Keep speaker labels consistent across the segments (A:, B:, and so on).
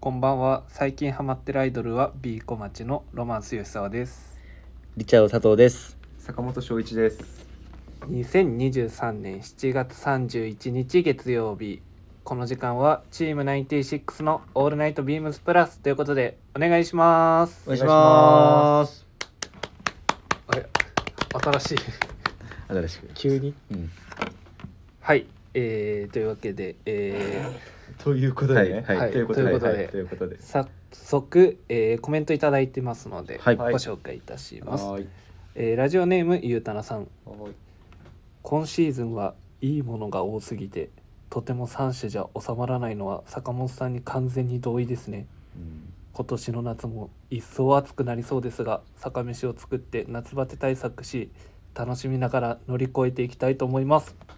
A: こんばんは最近ハマってるアイドルは B 小町のロマンス吉沢です
B: リチャード佐藤です。
C: 坂本翔一です。
A: 2023年7月31日月曜日この時間はチーム96のオールナイトビームスプラスということでお願いします
B: お願いし
C: しま
B: ます。
A: 新しい
B: 新しく。
A: 急に
B: うん。
A: はいえー、というわけで、え
C: ということ
B: で
C: で
B: ね
C: ね。
B: はい
C: ということ
A: と
C: で。
A: いうことで
C: はいということで
A: ー、。早速、えーコメントいただいてますので、
B: はい。
A: ご
C: はい
A: 紹介いたします、
C: はい。
A: えーラジオネームゆうたなさん
C: はい
A: 今シーズンはいいものが多すぎてとても3種じゃ収まらないのは坂本さんに完全に同意ですね
B: うん
A: 今年の夏も一層暑くなりそうですが坂飯を作って夏バテ対策し楽しみながら乗り越えていきたいと思います
C: あ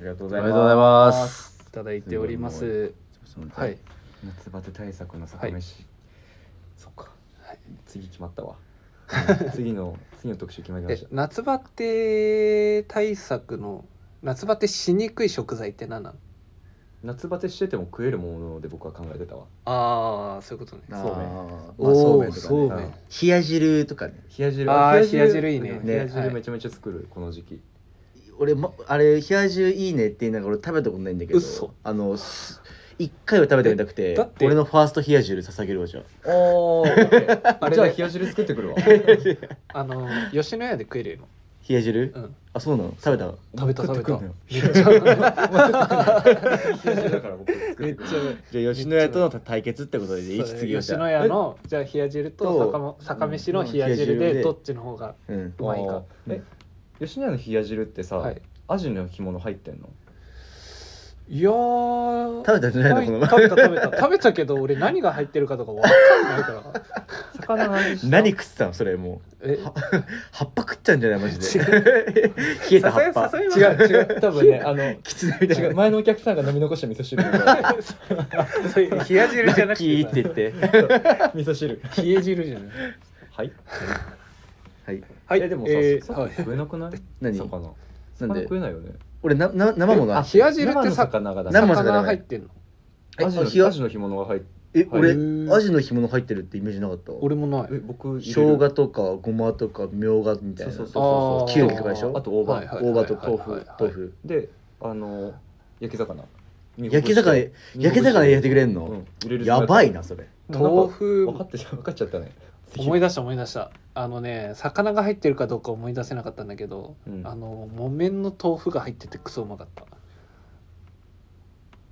C: りがとうご
B: あ
C: ざい
B: り
C: ます。
B: がとうございます。
A: いただいておりますはい。
C: 夏バテ対策の坂飯。そっか。次決まったわ。次の次の特集決まりま
A: え
C: した。
A: 夏バテ対策の夏バテしにくい食材って何なの
C: 夏バテしてても食えるもので僕は考えてたわ。
A: ああそういうことね
B: あー
C: そうめん
B: まあ
A: おー
B: そうめんとか
A: そう
C: め
B: ね
C: ん。
B: 冷や汁とかね。
C: 冷や汁。
A: あー冷や汁いいね
C: うん
B: ね
C: 冷や
A: はい
C: 汁めちゃめちゃ作るこの時期。
B: 俺もあれ冷や汁いいねって言いながら俺食べたことないんだけど。
A: 嘘
B: あのす一回は食べてみたく
A: え
B: て
A: だっ。て
B: 俺のファースト冷や汁捧げるわじゃあ。
C: お お。
A: あれね
C: じゃあ冷や汁作ってくるわ。食
A: あの吉野家で食えるよ
B: 冷や汁
A: う？ん
B: あそうなの？食べた？
A: 食べた食べためっちゃ
C: 冷や汁だから僕作 ってくる。
B: じゃあ吉野家との対決ってことで一致次をじ
A: 吉
B: ゃ
A: 野
B: あ。
A: 家のじゃあ冷や汁と
B: と
A: 坂も坂飯の冷や汁
B: うん冷や
A: で
B: 汁で
A: どっちの方が
B: うん。
A: うまいか
C: あーえ吉野家の冷や汁ってさ、
A: はい
C: アジの干物入ってんの
A: いやー
B: 食べたんじゃないのこの前
A: 食べた食べた食べたけど俺何が入ってるかとかわかんないから
C: 魚の味した
B: 何食ってたのそれもう
A: え
B: 葉っぱ食ったんじゃないマジで 冷えた葉っぱ
A: さすがに
C: 違う違う多 分ねあの
B: きつねみたい
C: 違
B: な
C: う前のお客さんが飲み残した味噌汁味
A: そ れ 冷や汁じゃ
B: ラ
A: な
B: ッ
A: くて
B: キー
A: さ
B: って言って。
C: 噌汁
A: 冷え汁じゃない
C: はい
B: はい。
A: はい
C: やでもさ、
A: えー
C: 魚
A: はい
C: 食えなくない
B: 何
C: 魚
B: なん
C: 魚
B: で
C: 食えないよね
B: 俺なな生もの
A: あ冷や汁っ
C: 生
A: て
C: の
A: さ
C: 魚がだ
B: 生の魚
A: 魚入ってんの
B: え
C: アジ
B: あ冷や
C: のアジの干物が入って
B: え俺
A: はい
B: アジの干物入ってるってイメージなかった。
A: 俺もない
C: え僕
B: 生
C: 入れる
B: 姜とかごまとかみょうがみたいな。
C: そうそうそう
A: あ
C: そう
A: ー
B: きゅうりとかでしょ
C: あと大葉、
A: はいはい
B: 大葉と豆
A: はいはい
B: 腐
A: はい
B: 豆腐。
C: であの焼き魚
B: 焼き魚
C: 煮
B: 焼き魚焼いてくれん
C: う
B: の？
C: ん入れる
B: やばいなそれ。
A: 豆腐
C: 分かって分かっちゃったね
A: 思い出した思い出したあのね魚が入ってるかどうか思い出せなかったんだけど、
C: うん
A: あの木綿の豆腐が入っててクソうまかった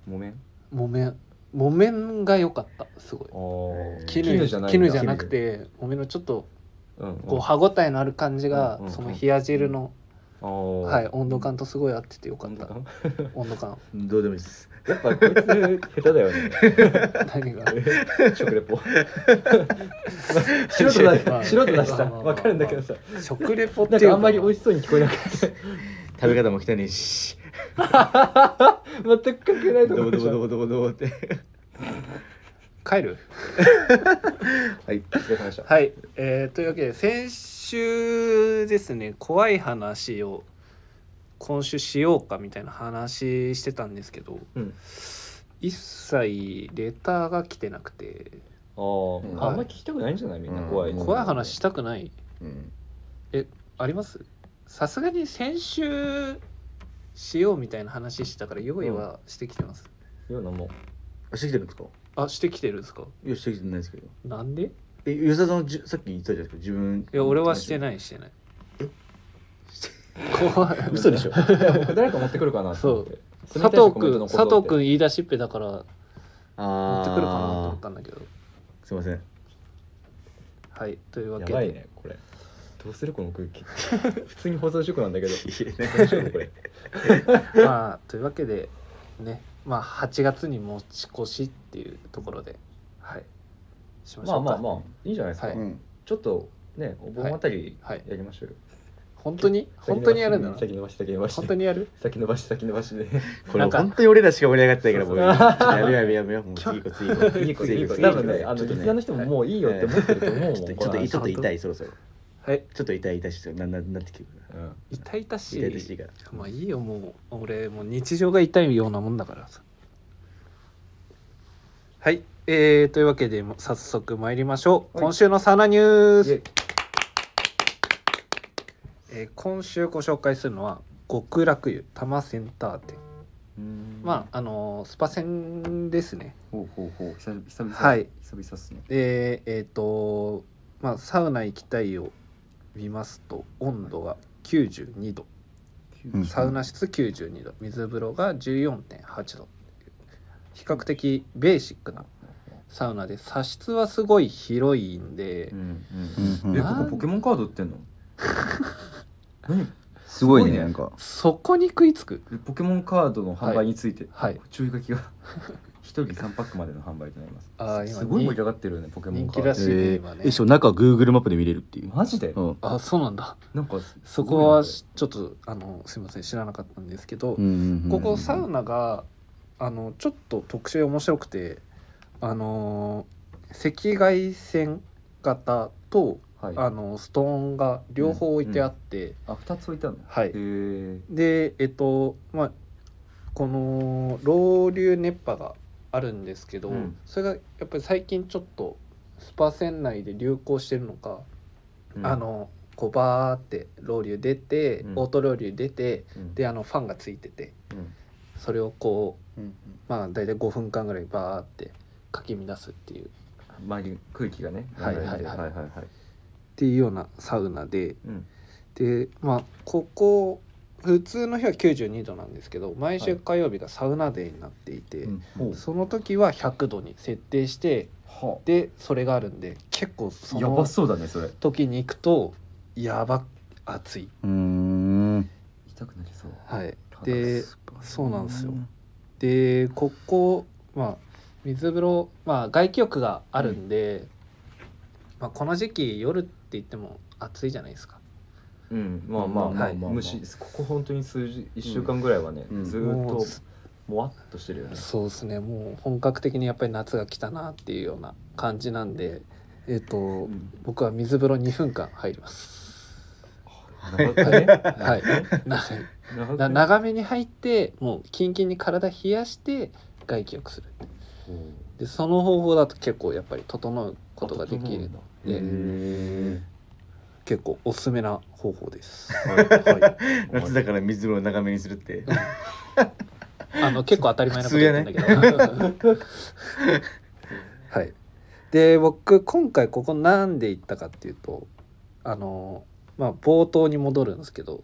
C: 木綿
A: 木綿木綿が良かったすごい
B: ー
A: 絹
C: 絹じゃない
A: 絹じゃなくて木綿のちょっと
C: うん
A: こう歯ごたえのある感じが、
C: うんうん
A: その冷や汁の、
C: うん
A: はい、温度感とすごい合っててよかった
C: 温度感
A: 温度感
B: どうでもいいです。
C: やっぱこいつ下手だ よね
A: 何が
C: 食レ ポ素人だし
A: まあ
C: 素人だし
A: ま
C: さ
A: あまあまあ
C: 分かるんだけどさ
A: 食レポって
C: ないん
A: うか
C: かあんまり美味しそうに聞こえなく て
B: 食べ方も汚いし。
C: 全く関係ないと
B: どぼ
C: ころ
B: どぼ
C: じゃん
B: どぼどぼどぼって。
A: 帰る
B: はい。
C: お疲れ様でした
A: はい、えーというわけで先週ですね怖い話を今週しようかみたいな話してたんですけど
C: うん
A: 一切レターが来てなくて
C: あー
B: うん
C: あんま聞きたくないんじゃないみんな
B: うん
C: 怖い
B: うん
A: 怖い話したくない
B: うん。
A: ありますさすがに先週しようみたいな話してたから用意はしてきてます、
C: ようなもん
B: あしてきてるんですか？
A: あしてきてるんですか
B: いやしてきてないですけど。
A: なんでい
B: え吉田さんじさっき言ったじゃないですか自分。い
A: や俺はしてないしてない怖い
B: 嘘でしょ。
C: 誰か持ってくるかなと思って
A: 佐藤君
C: 冷たいコメント残そう
A: 佐藤
C: って
A: 君言い出しっぺだから持
B: 持
A: ってくるかなと思ったんだけど
B: すいません
A: はいというわけ
C: やば
A: で、
C: いねこれどうするこの空気 普通に放送事故なん だけど大丈夫
B: い
C: これ
A: まあというわけでねまあ8月に持ち越しっていうところではいしまし
C: ま
A: ょ
C: あ
A: うか
C: まあまあいいじゃないですか、
A: はい
B: うん
C: ちょっとねお盆あたり
A: はいはい
C: やりましょうよ、
A: 本当に本当にやるんだな
C: 先延ばし先延ばし
A: 本当にやる
C: 先延ばし先延ば しで
B: これ
A: なんか
B: 本当に俺らしか盛り上がってないからもう
C: そう
B: やめようやめようやめようもう次行こう次行こう
C: 次こ次こ
B: 次
C: 多
B: 行こう
C: 分ねあのリスナーの人ももういいよって思ってると思うもん
B: ちょっとち
C: こ
B: ょっと
C: の話
B: ちょっと痛いそろそろ
A: はい
B: ちょっと痛い痛いしなななってきてるから
C: うん
A: 痛々し
B: 痛い痛いし
A: い
B: いから
A: まあいいよもう俺もう日常が痛いようなもんだからさはいえー、というわけでも早速参りましょう、
C: はい
A: 今週のサナニュー
C: イエ
A: ス
C: イ、
A: えー今週ご紹介するのは極楽湯多摩センター店まああのースパ線ですね
C: あほうほうほう久々久々
A: はい
C: 久々っすね
A: でえっ、とまあサウナ行きたいを見ますと温度が92度
B: うん
A: サウナ室92度水風呂が14.8度比較的ベーシックなサウナで差室はすごい広いんで、
C: うん
B: う
C: うんん
B: う
C: え
B: ん
C: ここポケモンカード売って んの何
B: すごい
C: すごい
B: ね
C: ね
B: なんか
A: そこに食いつく
C: えポケモンカードの販売について、
A: はい
C: 注意書きが 一人三パックまでの販売となります
A: あー今
C: すごい盛り上がってるよねポケモンカ
A: 人気
C: ード
A: らしいね
B: え
A: 今ね
B: ー、えしかも中は Google マップで見れるっていう、
C: マジで、
B: うん
A: あそうなんだ
C: なんかす
A: そこは
C: す
A: しちょっとあのすいません知らなかったんですけど、
B: うんうんうん、
A: ここサウナがあのちょっと特殊で面白くてあのー赤外線型と
C: ごいね、は
A: あ
C: い、
A: のストーンが両方置いてあって、
C: あ二つ置いたんだ
A: はい
C: へえ
A: でえっとまあこの老流熱波があるんですけど、
C: うん
A: それがやっぱり最近ちょっとスパ船内で流行してるのか、あ、のこうバーって老流出て、
C: うん
A: オート老流出て
C: うん、
A: であのファンがついてて
C: うん
A: それをこう
B: うん
A: まあ大体5分間ぐらいバーってかき乱すっていうっ
C: 周り空気がね
A: はい
C: 流れてて
A: はい
C: は
A: はい
C: いはいはい
A: ていうようなサウナで
C: うん
A: でまあここ普通の日は92度なんですけど毎週火曜日がサウナデーになっていて。
B: うん
C: ほう
A: その時は100度に設定して
C: は
A: でそれがあるんで結構そ
C: あやば
A: の
C: そうだねそれ
A: 時に行くとやば暑い
B: うんうーん
C: 痛くなりそう
A: はい
C: 高
A: で
C: 須か
A: そうなんですよでここまあ水風呂まあ外気浴があるんで、まあ、この時期夜って言っても暑いじゃないですか
C: うんまあまあま
A: は
C: あ
A: い
C: まあ虫ここ本当に数日一週間ぐらいはね
B: うん
C: ずーっ
A: も
C: と
A: う
C: もわっとしてるよね
A: そうですねもう本格的にやっぱり夏が来たなっていうような感じなんでえっ、と
C: うん
A: 僕は水風呂2分間入ります
C: 長くね
A: はい長い な
C: 長くね
A: 長めに入ってもうキンキンに体冷やして外気浴する
C: ほう
A: でその方法だと結構やっぱり整うことができる
C: あ
A: で
C: 整うん
A: 結構おすすめな方法です
C: だへ
A: は
C: え
B: 夏だから水風呂を長めにするって
A: あの結構当たり前なこと言ってんだけど、はいで僕今回ここなんで行ったかっていうとあのまあ冒頭に戻るんですけど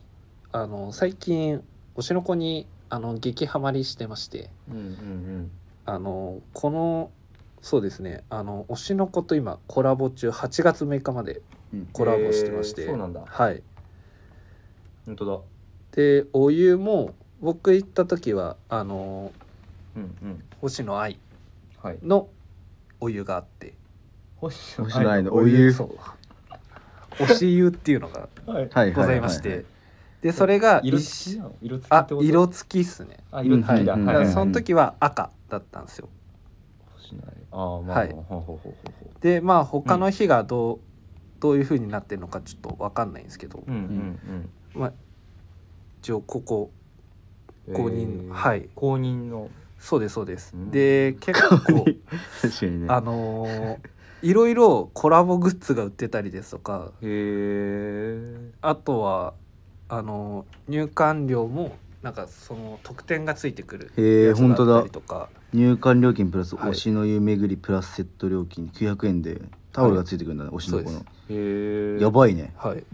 A: あの最近推しの子にあの激ハマりしてまして
C: うんうん
A: あのこのそうですねあの推しの子と今コラボ中8月6日まで
B: うん
A: コラボしてまして、
C: へーそうなんだ
A: はい
C: 本当だ
A: でお湯も僕行った時はあの
C: うんうん
A: 星野愛
C: はい
A: のお湯があって
C: 星
B: 星野愛のお湯
A: そう推し湯っていうのが
C: は
B: は
C: い
B: いはい
A: ございまして、でそれが
C: 色
A: 一
C: 付きなの色付き
A: あ
C: ってこと
A: 色付きっすね
C: あ色付きだ
B: うん
A: だか
C: はいは
A: ら
C: い
A: そ
C: はい
A: の時は赤だったんですよ
C: 星野愛ああまあ
A: はい
C: ほうほうほうほうほ
A: でまあ他の日がどう、どういう風になってるのかちょっと分かんないんですけど
C: ううんうん
A: 一応ここ
C: うん
A: 公認
C: えー
A: はい
C: 公認の
A: そうですそうです、
C: うん
A: で結構
B: 確かにね
A: あのーいろいろコラボグッズが売ってたりですとか
C: へえ
A: あとはあのー入館料もなんかその特典がついてくる
B: へえ
A: やつがあった
B: 本
A: りとか
B: 入館料金プラス
A: はい
B: 推しの湯巡りプラスセット料金900円でタオルがついてくるんだね、推しの子
A: そ
B: の
A: う
C: へえ
B: やばいね
A: はい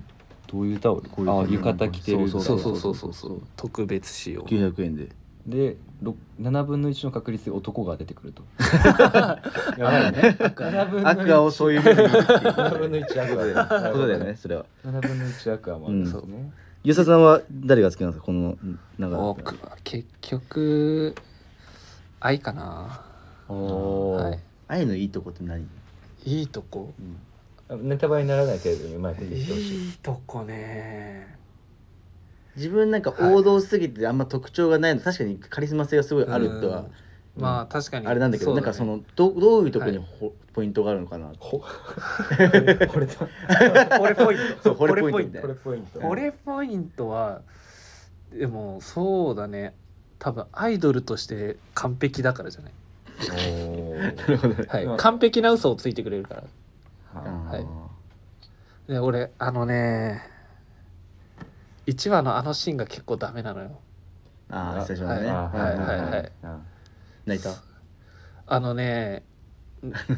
C: どういうタオル
B: こういうタオル
C: あ浴衣着てる
B: そう
A: そう
B: だ
A: そうそうそうそう特別仕様
B: 900円で
C: でろ7分の1の確率で男が出てくるとやばいね7分の
B: アクアをそういうふうに
C: 7分の1アクア
B: そうだよねそれは
C: 7分の1アクアもあるんですね
B: 遊佐さんは誰が好きなんですかこの流れ
A: 僕は結局愛かな、
C: お
A: は
C: ー
A: い
B: 愛のいいとこって何、
A: いいとこ
C: ネタバレにならない程度にうまいこと言ってほしい
A: いいとこね
B: 自分なんか王道すぎてあんま特徴がないの確かにカリスマ性がすごいあるとは
A: うんまあ確かに
B: あれなんだけど
A: う
B: なんかそのどどういうとこに
A: はい
B: ほポイントがあるのかな
C: ほ惚れた
A: 俺ポイント
B: そう惚れポイントみたい
C: こ
B: な
C: れポイント
A: これポイントはでもそうだね多分アイドルとして完璧だからじゃない
C: おー
B: なるほどね。
A: はい
C: うん
A: 完璧な嘘をついてくれるから
C: はい
A: で俺あのね1話のあのシーンが結構ダメなのよ
B: ああ、最初
C: あ
B: のね。
C: ー
A: はいはいはいはい
C: うん
B: 泣い た。
A: あのね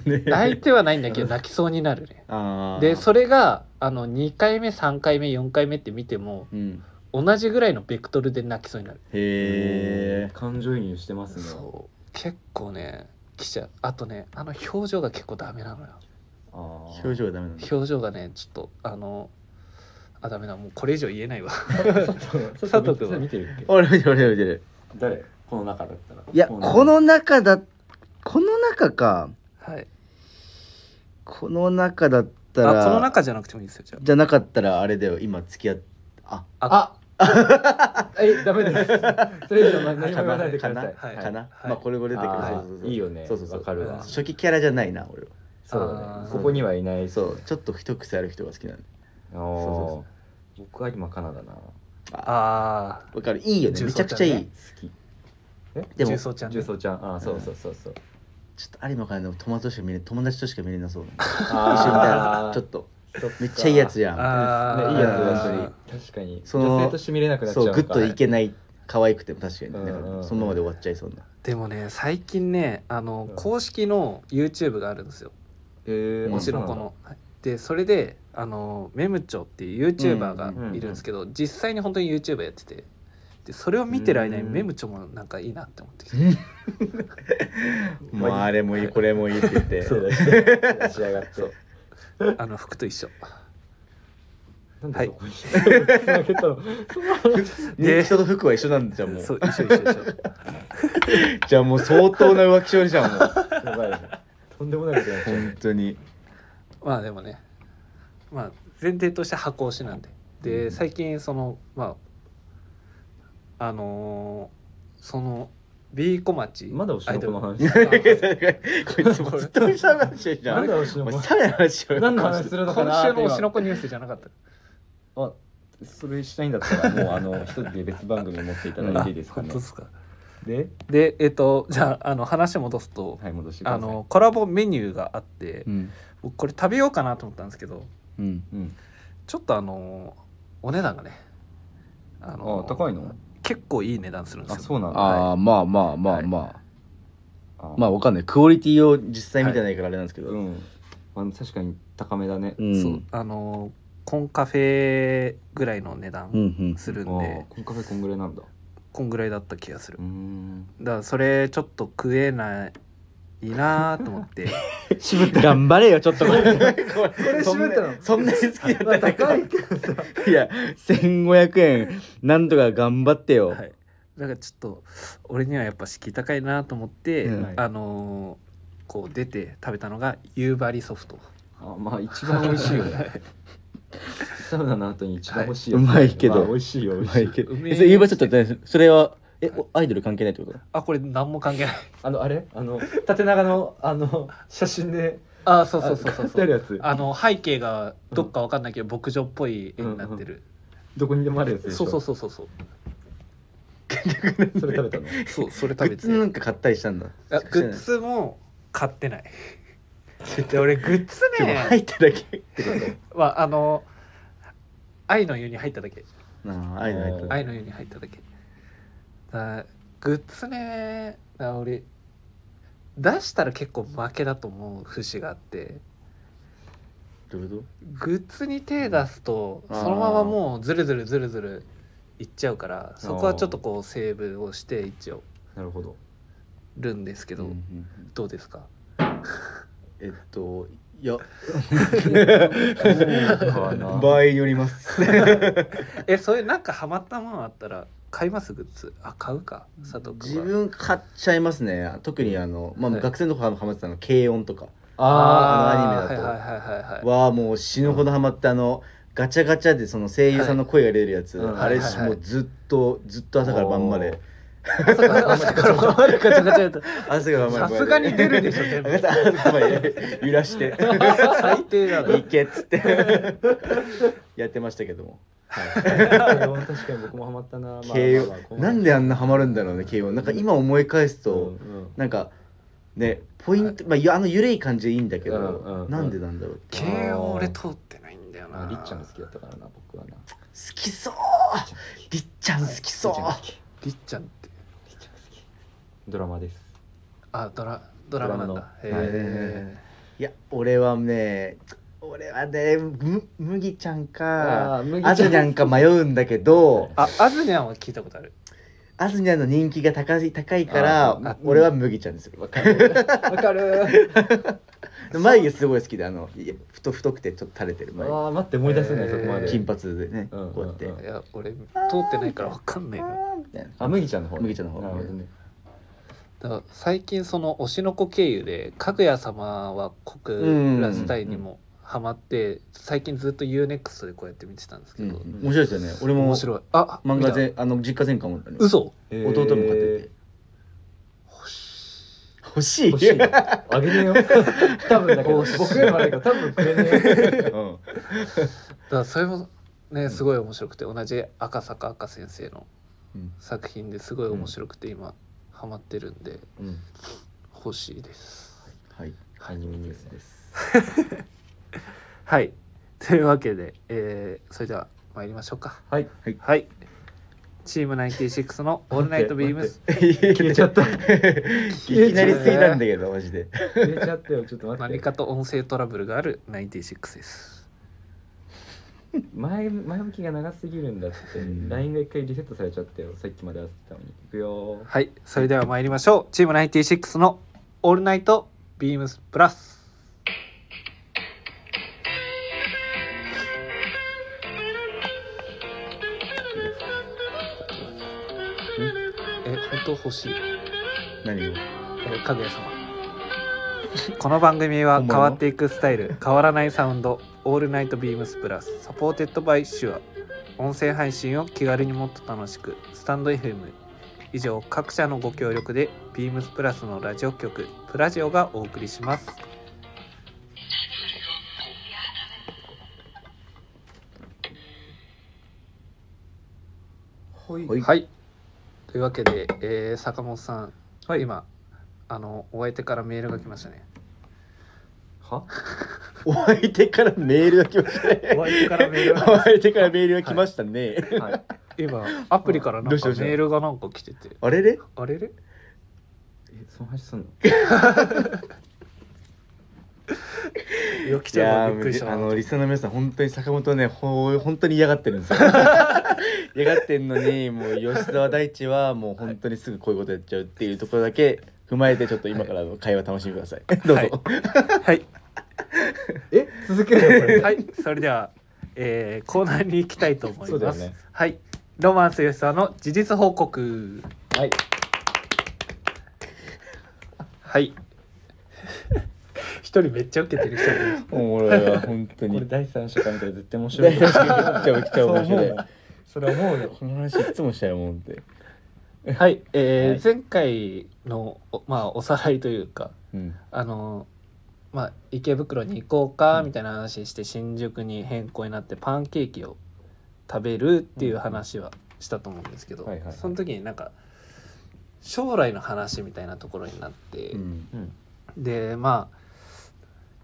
B: ね
A: 泣いてはないんだけど泣きそうになるね
B: ああ。
A: でそれがあの2回目3回目4回目って見ても
B: うん。
A: 同じぐらいのベクトルで泣きそうになる、
B: へえ。
C: 感情移入してますね
A: そう結構ね来ちゃうあとねあの表情が結構ダメなのよ
B: 表情がダメなんだ。
A: 表情がねちょっとあのあダメだもうこれ以上言えないわ
C: 佐藤
A: 佐藤君
C: 見てるっけ
B: 俺見てる俺見てる。
C: 誰この中だったら
B: いや、この中だ、この中か。
A: はい
B: この中だったら。
A: あこの中じゃなくてもいいですよじゃ
B: じゃなかったらあれだよ、今付き合っあ、
C: あえダメですそれ以上何も言わないでくださ
A: か
C: い
A: なはい
B: かな。
A: はい
B: まあこれも出てくる。
C: あ
B: そ
C: ー
B: うそうそう
C: いいよね
B: そうそうそう。
C: わかるわ
B: 初期キャラじゃないな、俺は。
C: そう
A: あ
C: だね
A: ー
C: ここにはいない
B: そう、ちょっと一癖ある人が好きなんで。
C: おー
B: そうそう
C: 僕は今カナダな好
A: ああ
B: わかる。いいよね。
A: 重
B: め
A: 曹
B: ちゃくちゃいい。
A: ちゃん
C: き
A: ー
B: でも
A: 重、曹ちゃんね
C: 重曹ちゃんあーそうそうそうそう
B: ちょっと有馬からでも友達としか見れ友達としか見れなそうな。
C: 一緒
B: 一緒に
C: に
B: 見たらちょっとめっちゃいいやつじゃん。
A: あー
C: ねいいやつ
B: うん
C: だし確かに
B: その
C: 女性として見れなくなっちゃう
B: そう
C: の
B: グッ
C: か
B: といけない可愛くても確かに、
C: うん
B: だからそのままで終わっちゃいそうな。
A: でもね最近ねあの、
C: うん
A: 公式の YouTube があるんですよ
C: えー
A: 推しの子の。はいでそれであのメムチョっていう YouTuber がいるんですけど、実際に本当に YouTuber やっててでそれを見てる間に
C: うん
A: メムチョもなんかいいなって思ってきて
B: まああれもいいこれもいいって言って。
C: そうだ ね仕上がって
A: そうあの服と一緒
C: なん
A: はい
C: でそこにつなげたの
A: で
B: 人と服は一緒なんじゃんもう。
A: そう一緒一緒一緒
B: じゃあもう相当な浮気症じゃんもう。
C: やばいねとんでもないことになっちゃう
B: 本当に。
A: まあでもねまあ前提として箱推しなんでで、
C: うん
A: 最近そのまああのーその B 小町
C: まだ推しの子の話
A: アイ ドル
B: こいつもずっとおじさんの話してるじゃ
C: なん
B: ん。
C: だ推し
B: お
C: の
B: 前
C: 子
B: サメの話しようよ
C: 何の話する
A: 今
C: の
A: 週
C: かなーって
A: の推しの子ニュースじゃなかった
C: あそれしたいんだったらもうあの一人で別番組持っていただいていいですか
A: あ
C: ね
A: 本当ですか
C: で
A: でえっとじゃああの話戻すと、
C: はい戻してくださ
A: あ
C: い
A: のコラボメニューがあって、
B: うん
A: 僕これ食べようかなと思ったんですけど
B: うん。
C: うん
A: ちょっとあのお値段がねあ
C: あ高いの
A: 結構いい値段するんで
C: あ
A: すよ
C: そうなんだ
B: ああまあまあま
A: は
B: あ
A: い
B: まあ。
C: あ
B: まあわかんないクオリティを実際見てないからあれなんですけど、
C: うんあの確かに高めだね
B: うんうん、
A: そうあのコンカフェぐらいの値
B: うんう
A: 段
B: ん
A: す
C: あ
A: るんで、
C: ーコンカフェこんぐらいなんだ
A: こんぐらいだった気がする
C: うーん
A: だからそれちょっと食えないなーと思って
B: 頑張れよちょっとこれ
C: そんな
B: そんなに好きだったら
C: 高い
B: いや1500円なんとか頑張ってよ、
A: はいだからちょっと俺にはやっぱ敷居高いなと思って、
B: うん
A: あのーこう出て食べたのが夕張ソフト
C: あまあ一番美味しいよねサウナの後に一番美味しいよ
B: はいうまいけど
C: 美味しいよ
B: う
C: 美味
B: ま
C: し
B: い
C: い
B: けど
A: うめ
B: え
A: え
B: それ言う場所ちょっと待ってそれはえおアイドル関係ないってこと
A: あこれ何も関係ない
C: あのあれあの縦長のあの写真で
A: あそうそうそうそう
C: あ買って
A: そ
C: ある
A: う
C: やつ
A: あの背景がどっかわかんないけど牧場っぽい絵になってる、
C: どこにでもあるやつでしょ
A: そうそうそうそうそう
C: それ食べたの
A: そうそれ
B: グ
A: 食べ
B: ッ
A: て
B: ズなんか買ったりしたんだ
A: あグッズも買ってない。で俺グッズ
B: でも入
A: ね、
B: っただけ
A: まああの愛の湯に入っただけ、
B: なあアイドル入っただ
A: 愛の湯に入っただけ。だグッズね、だ俺出したら結構負けだと思う節があって、
B: けどういうこ
A: グッズに手出すと
B: あー
A: そのままもうずるずるずるずるいっちゃうから、そこはちょっとこうセーブをして一応
C: なるほど
A: るんですけ
B: と
A: ど、どうですか？
B: えっとい や
C: かな
B: 場合により ます
A: えそういうなんかハマったものあったら買いますグッズあ買うか佐藤君
B: 自
A: は
B: 分買っちゃいますね特にあの、まあ、
A: はい
B: 学生の頃ハマってたの軽音とかあのアニメだと
A: はいはいはいはいはい
B: はもう死ぬほどハマってあのガチャガチャでその声優さんの声が出るやつ、
C: はい
B: あれ、
A: うんはいはいはい
B: もうずっとずっと朝から晩まで
A: 朝から朝から晩までガチャガチャやった
B: 朝から晩まで
A: さすがに出るでしょ全部
B: 朝から晩まで揺らして
A: 最低だ
B: 行
A: な
B: けっつってやってましたけども、
C: はい確かに僕もハマったなまあまあまあ
B: 軽音
C: こ
B: なんであんなハマるんだろうね軽音なんか今思い返すと、
C: うんうん
B: なんかでポイント、まあゆ、あのゆるい感じでいいんだけど、
C: うんうんうん
B: なんでなんだろうって
A: 慶応俺通ってないんだよ
C: ま
A: な
C: あ、りっちゃんが好きだったからな僕はな
B: 好きそう
C: りっちゃん好き
B: りっちゃん好きそう、
C: りっちゃんが好き
A: りっちゃんって
C: りっちゃんが好きドラマです
A: あドラドラマなん
C: ドラマの
A: だへ
B: いや俺はね俺はねむ麦ちゃんか
C: あ麦
B: あずにゃんか迷うんだけど
A: え ああずにゃんは聞いたことある
B: あずにゃんの人気が高い高いか
C: あー
B: ら
C: あ
B: 俺は麦ちゃんですよ
C: わかる わかる
B: 眉毛すごい好きであのいや太太くてちょっと垂れてる眉毛
C: ああ待って思い出せない、
A: えー
C: そこまで
B: 金髪でね、
C: うんうんうん
B: こうやって、
A: いや俺通ってないからわかんないな
B: みたいな
C: あ麦ちゃんの方
B: 麦ちゃんの方
C: なるほどね
A: だから最近その推しの子経由で「かぐや様は国ラスタイ」にもハマって最近ずっと UNEXT でこうやって見てたんですけ
B: うん
A: ど、
B: 面白いですよね俺も
A: 面白いあ
B: 漫
A: 見
B: 画
A: た
B: 全あの実家全巻持ったね
A: 嘘
C: えー
B: 弟も買ってて欲しい
C: 欲しいのあげねえ よ多分だけど僕らまでか多分くれね えよ
B: う
A: だ
B: ん
A: からそれもねすごい面白くて同じ赤坂赤先生の
B: うん
A: 作品ですごい面白くて今ハマってるんで
C: うん
A: 欲しいです
B: はい
C: ハニニュースです
A: はいというわけで、えーそれでは参りましょうか
C: はい
A: はいチーム96の「オールナイトビームス
B: 切
C: れちゃった
B: いきなりすぎたんだけどマジで
C: 入れちゃったよちょっと」待って
A: 何かと音声トラブルがある96です
C: 前前向きが長すぎるんだって
B: ん
C: LINE が一回リセットされちゃったよさっきまで合わせてたのにいくよー
A: はいそれでは参りましょうチーム96の「オールナイトビームスプラス」え本当欲しい
B: 何
A: え
B: を
A: ーかぐや様 この番組は変
B: 本物の
A: わっていくスタイル変わらないサウンド「オールナイトビームスプラス」サポーテッドバイシュア音声配信を気軽にもっと楽しくスタンド FM 以上各社のご協力でビームスプラスのラジオ局プラジオがお送りします
C: ほい
B: ほい
A: はいというわけで、えー坂本さん、
C: はい
A: 今あのお相手からメールが来ましたね
C: は
B: お相手からメールが来ましたね
A: お相手からメールが来ま
B: お相手からメールが来ましたね、
C: はい
A: 今アプリからな
B: ど
A: ん
B: うし
A: か
B: たどうした
A: メールがなんか来てて
B: あれれ
A: あれれ
C: えその話すんの
A: よき
B: い
A: ちゃん
B: や
A: がびっくりし
B: ー
A: たな
B: あのリスナーの皆さん本当に坂本はねほ本当に嫌がってるんですよ嫌がってんのにもう吉沢大地はもう本当にすぐこういうことやっちゃうっていうところだけ踏まえてちょっと今からの会話楽しんでくださいどう
A: はい
B: ぞ
A: はい
C: え続けるのこ れ
A: はい、それでは、えー、コーナーに行きたいと思い
C: そうだ
A: ま
C: よ
A: す。
C: ね
A: はい、ロマンス吉沢の事実報告。
C: はい
A: はい。一人めっちゃ受けてる人がいる。
B: おもろいわ本当
C: これ
B: に
C: 第三者から見たら絶対面白
B: 大
C: い
B: 地来ちゃう来ちゃう面白い
C: それ思うよ
B: この話いつもしちゃうもんって
A: はい、えー
B: はい
A: 前回のおまあおさらいというか、
B: うん
A: あのまあ池袋に行こうかみたいな話して新宿に変更になってパンケーキを食べるっていう話はしたと思うんですけど、
C: はいはいはい
A: その時になんか将来の話みたいなところになって、
B: うん
C: うん
A: でまあ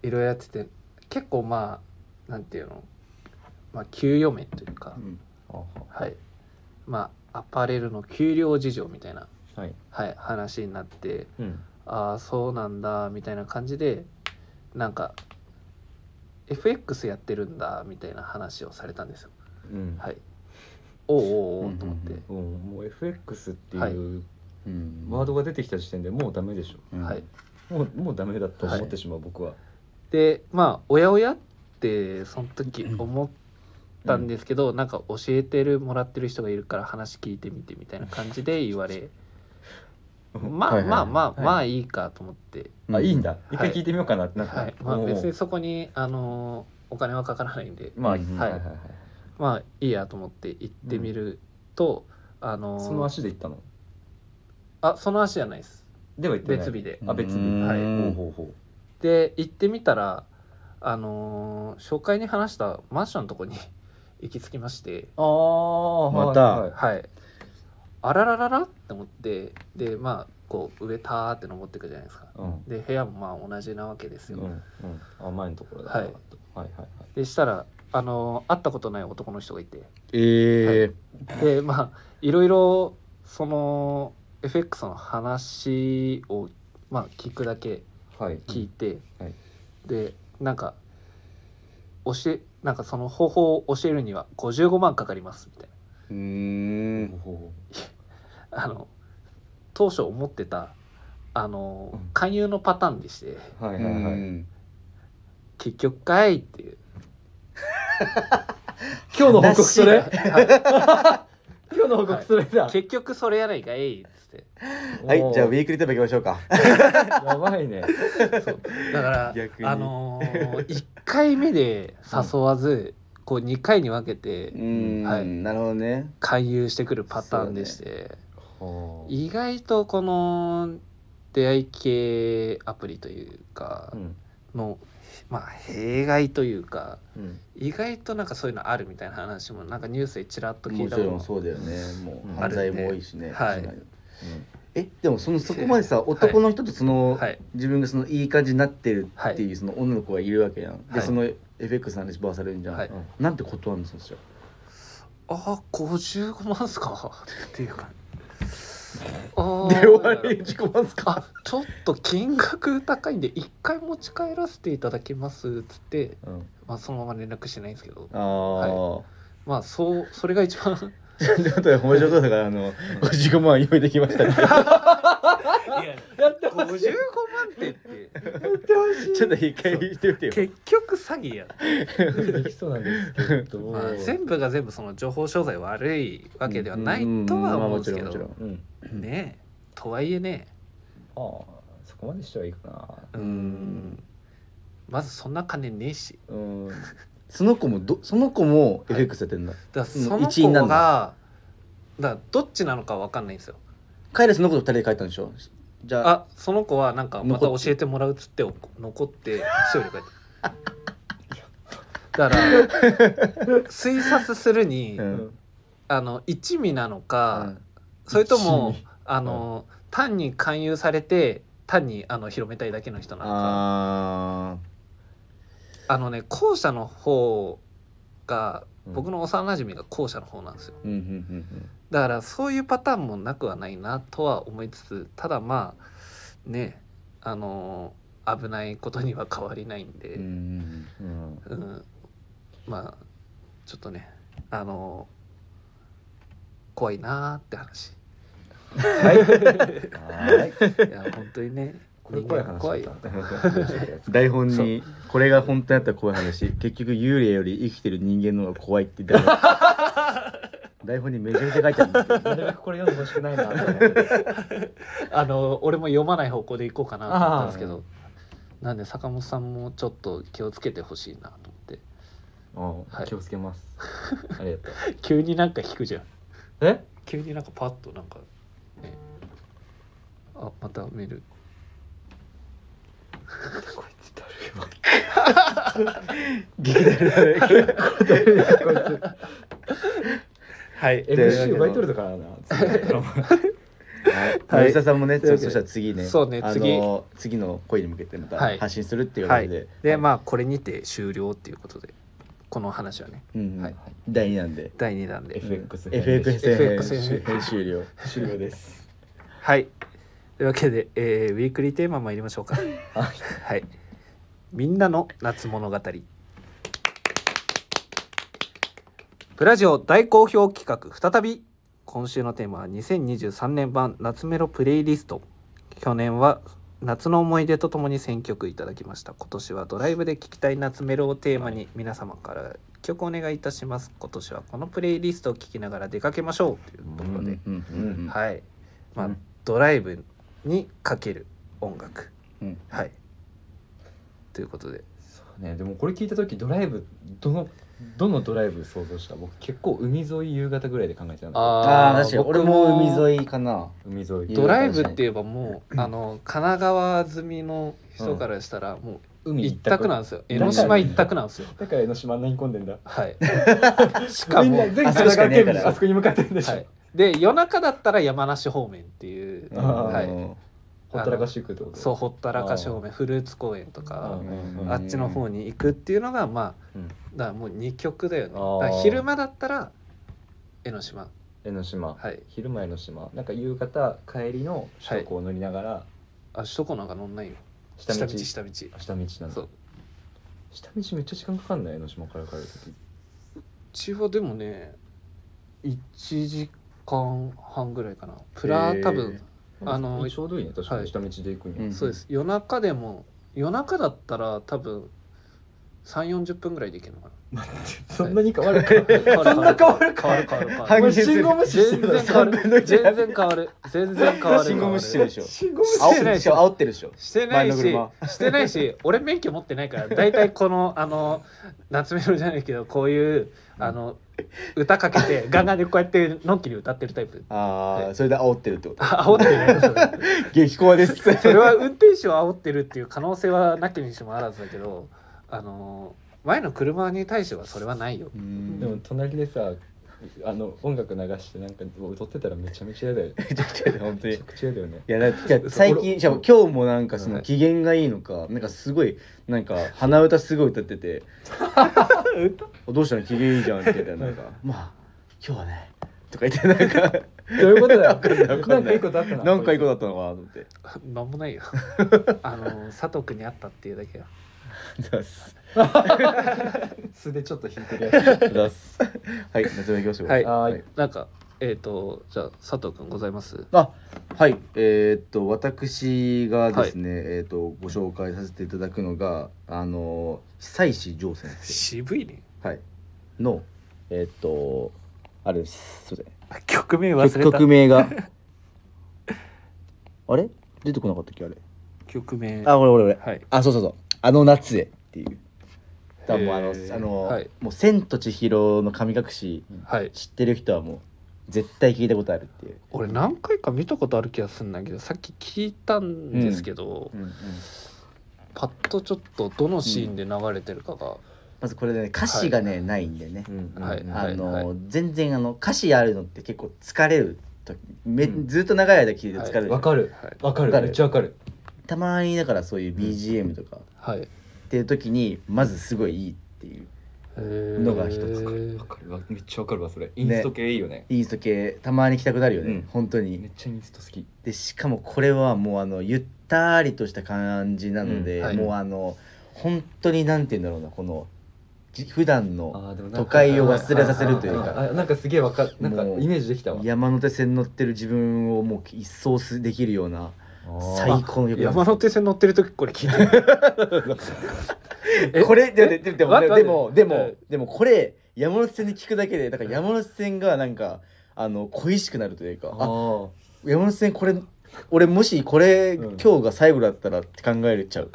A: いろいろやってて結構まあなんていうの、まあ、給与面というか、
C: あは
A: はいまあアパレルの給料事情みたいな、
C: はい
A: はい、話になって。
C: うん
A: ああそうなんだみたいな感じでなんか FX やってるんだみたいな話をされたんですよ。
C: うん
A: はい、おうおうおうと思っ
B: うん
A: て
B: うん、
C: うんもう FX って
A: はい
C: いう
B: うん
C: ワードが出てきた時点でもうダメでしょ
B: うん
A: はい、
C: もうもうダメだと思ってしまう僕は
A: でまあおやおやってその時思ったんですけど、なんか教えてるもらってる人がいるから話聞いてみてみたいな感じで言わ れま
B: は
A: あ
B: いはい
A: まあまあ
C: はい
A: まあいいかと思って、
C: あいいんだ一
A: はい
C: 回聞いてみようかなってなった
A: はいまあ、
C: おうおう
A: 別にそこにあのーお金はかからないんで
C: まあ
B: うん
C: はい
A: はい
C: はいはい
A: まあいいやと思って行ってみると、あのー
C: その足で行ったの
A: あその足じゃないです
C: では行ってない
A: 別日で
C: あ別日
B: うん
A: はい
C: ほうほうほ
A: で行ってみたらあのー紹介に話したマンションのとこに 行き着きまして
C: うああ
B: また
A: はいあららららって思ってでまあこう上たーって登っていくじゃないですか
C: うん
A: で部屋もまあ同じなわけです
C: う
A: よ、
C: んうんあ前のところだ
A: はい
C: はいはいはい
A: でしたらあの会ったことない男の人がいて
B: え
A: でまあいろいろその FX の話を、まあ、聞くだけ
C: はい
A: 聞いて、
C: うんはい
A: でなんか教えなんかその方法を教えるには55万かかりますみたい
B: ー、うー
C: うんほ
A: なあの当初思ってたあの、
C: うん
A: 勧誘のパターンでして
C: うはいは
B: はいい
C: は
B: はいい
A: 結局かいっていう
C: 今日の報告それ
A: らしいはい
C: 今日の報告それだ
A: 結局それやないかいっつって
B: はいじゃあウ
C: い
B: ィークリーテーマいきましょうか
C: やばいね
A: そうだから
B: 逆に
A: あのー、1回目で誘わず、こう2回に分けて
B: うーん、
A: はい
B: なるほどね
A: 勧誘してくるパターンでして、
C: は
A: 意外とこの出会い系アプリというか
C: あうん
A: の、まあ弊害というか
C: うん
A: 意外となんかそういうのあるみたいな話もなんかニュースでちらっと聞
B: も
A: いた
B: ち
A: こ
B: ろん
A: と
B: そうだよねも
C: うん
B: う犯罪も多いしね
A: あるんで
B: 確かにえでもそのそこまでさ
A: い
B: 男の人とその、
A: はい
B: 自分がそのいい感じになってるっていうその女の子がいるわけやん、
A: は
B: で
A: い
B: その FX の話ばあされるんじゃん、
A: はい
B: なんて断るんですよ
A: あ55万っすか っていうかあー
B: で終わり自己満 すか
A: あちょっと金額高いんで一回持ち帰らせていただきますっつって、
C: うん
A: まあ、そのまま連絡してないんですけど
B: ああ、
A: まあそうそれが一番
B: ちょっと面白そうだからあの55万 用意できましたね
C: やって
A: 55万ってって
B: ちょっと一回言って みてよ
A: 結局詐欺や、
C: できそうなんですけど
A: まあ、全部が全部その情報商材悪いわけではないとは思うんですけ
B: まあもちろ
A: ど
B: んも
C: うん
A: ねえとはいえね
C: ああそこまでしてはいいかな
A: うーんまずそんな金ねえし
C: うん
B: その子もどその子も FX やってんだ、
A: だからその
B: 一員
A: 子
B: な
A: がだ
B: ん
A: か
B: だ
A: らどっちなのかわかんないんですよ
B: 彼らその子と2人で帰ったんでしょじゃあ
A: あその子はなんかまた教
B: 残って
A: えてもらうっつってお残って一人で帰 っただから推察するに、
B: うん
A: あの一味なのか、
B: うん
A: それとも
B: 一味
A: あの、単に勧誘されて単にあの広めたいだけの人なのか
B: あ
A: あのね後者の方が
C: うん
A: 僕の幼馴染が後者の方なんですよ
B: ーうんうんうんうん
A: だからそういうパターンもなくはないなとは思いつつただまあねあの危ないことには変わりないんで、
B: うんうん
C: うん
A: うんまあちょっとねあの怖いなーって話
C: はい
A: いや本当にね
C: これ怖い
A: 人間
C: 話
A: 怖いよ
B: 台本
A: そう
B: にこれが本当にあったら怖い 話結局幽霊より生きてる人間の方が怖いって台本台本にめちゃめちゃ書いてあるんですけど
C: なるべくこれ読んでほしくないなと思って
A: あの俺も読まない方向でいこうかなと思ったんですけ
C: あ
A: どなんで坂本さんもちょっと気をつけてほしいなと思って
C: ああ気をつけますありがとう
A: 急になんか引くじゃん
C: え
A: 急になんかパッとなんか、ね、あまたメール
C: こいつだるいわ
B: 劇団だね
C: こいつ
A: はい
B: というわけで
C: MC 奪い取るとかな
A: はい
B: はい吉田さんもね
A: というわ
B: そ
A: けで
B: したら次ね
A: そうね
B: あの次の恋に向けてまた
A: はい
B: 発信するっていうこ
A: は
B: と
A: い
B: で
A: でまあこれにて終了っていうことでこの話はね
B: うん
A: はい
B: 第2弾で
A: 第2弾で
C: FX
B: うん FX 編
A: FX 編
B: 編集量
C: 終了です
A: はいというわけで、えーウィークリーテーマ参りましょうか
C: はい
A: はい。みんなの夏物語。プラジオ大好評企画再び今週のテーマは2023年版夏メロプレイリスト去年は夏の思い出とともに選曲いただきました今年はドライブで聴きたい夏メロをテーマに皆様から一曲お願いいたします今年はこのプレイリストを聴きながら出かけましょうというところで、
B: うんうんうん
A: はいまあ、
B: うん
A: ドライブにかける音楽、
B: うん
A: はいということで
C: そうねでもこれ聞いた時ドライブどのどのドライブ想像した僕結構海沿い夕方ぐらいで考えてたんだけど
B: あ
A: あー
B: あ確かに
A: 僕
B: 俺
A: も
B: も海沿いかな
C: 海沿い
A: ドライブって言えばもうあの神奈川済みの人からしたらもう
C: 海
A: 一
C: 一択
A: 択なんですよ江ノ島一択なんですよ
C: だから江ノ島に込んでんだ
A: はいしか
C: みん
A: も
C: な
A: は
C: 全
B: あそこ
C: 神 奈
B: しか
C: 川
B: ねえ
C: 県
B: か
C: 民
B: ら
C: あそこに向かってるんでしょ、
A: いで夜中だったら山梨方面っていう
B: ああ
A: はい
C: ほったらかしていくってこと
A: そうほったらかし方面フルーツ公園とか
C: うん
A: あっちの方に行くっていうのがまあ、
C: うん
A: だからもう二極だよね
C: あー
A: だから昼間だったら江ノ島
C: 江ノ島
A: はい
C: 昼前の島なんか夕方帰りの首都高を乗りながら
A: あ首都高なんか乗んないよ
C: 下
A: 下
C: 道
A: 道下道
C: 下道なん
A: そ
C: だ
A: う
C: 下道めっちゃ時間かかんない江ノ島から帰る時
A: ちはでもね1時間半ぐらいかなプラ
B: へー
A: 多分あの
C: ちょうどいいね確か
A: は
C: に
A: い
C: 下道で行くには、
B: うん
A: そうです夜中でも夜中だったら多分3四4 0分ぐらいで行け るのか
C: そんなに変わ るか
A: な
C: そんな変わるか
A: 変わる変わる変わ
B: 半
A: る
B: 減する
C: 信号無視して
A: 全
C: る
A: 然変わ
B: 三分の
A: る
B: 一
A: 全然変わる全然変わる
B: 信号無視してるでしょ
C: 信号無視
A: あしてないでしょ
B: 煽ってるでしょ
A: してないし
B: 前の
A: してない し俺免許持ってないから大体このあの夏メロじゃないけどこういうあの歌かけてガンガンでこうやってのんきに歌ってるタ イプ
B: ああそれで煽ってるってこと
A: あ煽ってないそれ
B: 激高です
A: それは運転手を煽ってるっていう可能性はなきにしもあらずだけどあの前の車に対してはそれはないよ
B: うん
C: でも隣でさあの音楽流してなんか踊ってたらめちゃめちゃ嫌だよね
B: めちゃくちゃだよ本当にい
C: めちゃくちゃ嫌だよね
B: やだって最近しかも今日もなんかその機嫌がいいのかなんかすごいなんか鼻歌すごい歌ってて どうしたの機嫌いいじゃんって言ってなんかまあ今日はねとか言ってなんか
C: どういうことだよ
B: わか
C: なんん
B: な
C: か
B: い
C: 一個だったな
B: なんかいい子だ
C: っ
B: ったのかなと思って
A: なんもないよあの佐藤君に会ったっていうだけよ
B: だっす
C: た素でちょっと引いてるや
B: だっすはい夏目行きましょう
A: はい
C: つはーい
A: なんかえっ、とじゃあ佐藤君ございます
B: あはいえーっと私がですね、えーっとご紹介させていただくのがあの久石譲先生、
A: 渋いね
B: はい、のえーっとあれですすいま
A: 曲名
B: せん曲曲名が あれ出てこなかったっけあれ
A: 曲名
B: あ俺俺俺
A: はい
B: あそうそうそうあの夏へっていう多分あ
C: へ
B: の
C: ー
B: あの、
A: はい
B: もう千と千尋の神隠し
A: はい
B: 知ってる人はもう絶対聞いたことあるっていう、
A: 俺何回か見たことある気がするんだけどさっき聞いたんですけど、パッとちょっとどのシーンで流れてるかが、
B: まずこれでね歌詞がね、ないんでね、
C: うん
A: はい
C: うん
B: あの、
A: はい
B: 全然あの歌詞あるのって結構疲れる時め、
C: うん
B: ずっと長い間聞いて疲れる、
C: わかる
A: はい
C: わか
B: わかる
C: るめっちゃわかる
B: たまにだからそういう BGM とか
A: はい
B: っていう時にまずすごいいいっていう
A: の
B: が一つ
C: わかるわめっちゃわかるわそれインスト系いいよね
B: インスト系たまに来たくなるよね、
C: うん
B: 本当
C: め
B: に
C: っちゃインスト好き
B: でしかもこれはもうあのゆったりとした感じなので、
A: うんはい
B: もうあの本当になんて言うんだろうなこのじ普段の
C: あーでもなんか
B: 都会を忘れさせるという
C: あ
B: か
C: ーあーなんかすげえわかなんか
B: もう
C: イメージできたわ
B: 山手線乗ってる自分をもう一掃すできるような最高の曲なんですよ
A: 山手線乗ってる時これ聞い てるえ
B: これでででも
A: 待って
B: でもで
A: 待っ
B: も
A: て
B: でもこれ山手線で聞くだけでだから山手線がなんかあの恋しくなるというかあ
C: あ
B: 山手線これ俺もしこれ、
C: うん
B: 今日が最後だったらって考えちゃう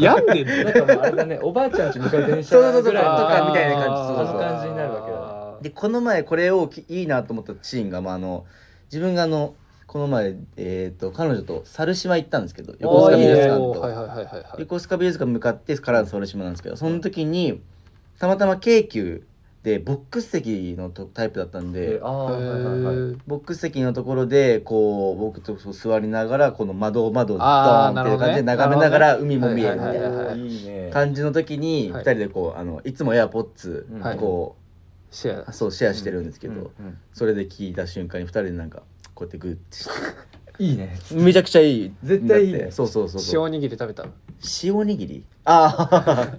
A: 病んでん
C: あなん
A: ね
C: かもうあれだねおばあちゃん家向かう電車
B: そうそうそう
C: ぐらい
B: と
C: の
B: かみたいな感じそうそうそう
C: あの感じになるわけだ
B: でこの前これをきいいなと思ったシーンが、まあ、あの自分があのこの前、えー、と彼女と猿島行ったんですけど横須賀
C: あー
B: 美
C: いいね
B: 術館
A: おー
B: と
A: はいはいはいはいはい
B: 横須賀美術館向かってからの猿島なんですけどその時にたまたま京急でボックス席のとタイプだったんで、
C: えーあー
A: へ
C: はいはいはい
A: ー
B: ボックス席のところでこう僕とそう座りながらこの窓を窓をド
A: あー
B: ーン
A: な
B: っていう
A: るほど
B: 感
A: ね
B: じで眺めながら海も見えるみ
A: は
B: た
A: い
B: い
A: はい
B: な
A: はい
C: いいね
B: 感じの時に
A: は
B: 2
A: い
B: 人でこうあのいつもエアポッツ
C: はい
B: こ
A: シェ
B: う
A: ア
B: そうシェアしてるんですけ
C: う
B: ど
C: んうん
B: それで聞いた瞬間に2人でなんかこうやってグッてして
C: いいね
B: めちゃくちゃいい
C: 絶対いいね
B: だってそうそうそう
A: 塩
B: そう
A: おにぎり食べた
B: 塩おにぎりああ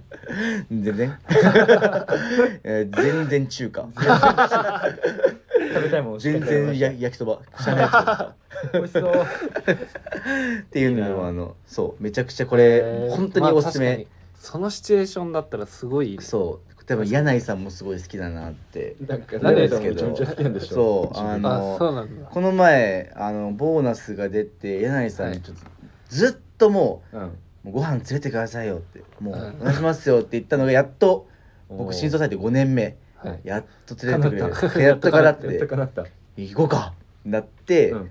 B: 全然 えー全然中華
C: 食べたいもの
B: 全然や焼きそばシャメ焼きそば
C: 美味しそう
B: っていうのもあのそうめちゃくちゃこれ本当におすすめ、
A: まあ確かにそのシチュエーションだったらすごいいいね
B: そう多分柳井さんもすごい好きだなって
C: なんか
A: なんでで
C: 誰
A: す
C: か
A: け
C: めち
A: ど
C: ゃめちゃ好きなんでしょ
B: そうあの
A: あそうなんだ
B: この前あのボーナスが出て柳井さん
A: はい
B: にちょっと、ずっとも
C: うん
B: う「もうご飯連れてくださいよ」って「もう
A: うん
B: お願いしますよ」って言ったのがやっと
C: おー
B: 僕新卒入って5年目
A: はい
B: やっと連れてく
C: 叶
B: れるやっとからっ
C: やった
B: て
C: かなった
B: 行こうかなって、
C: うん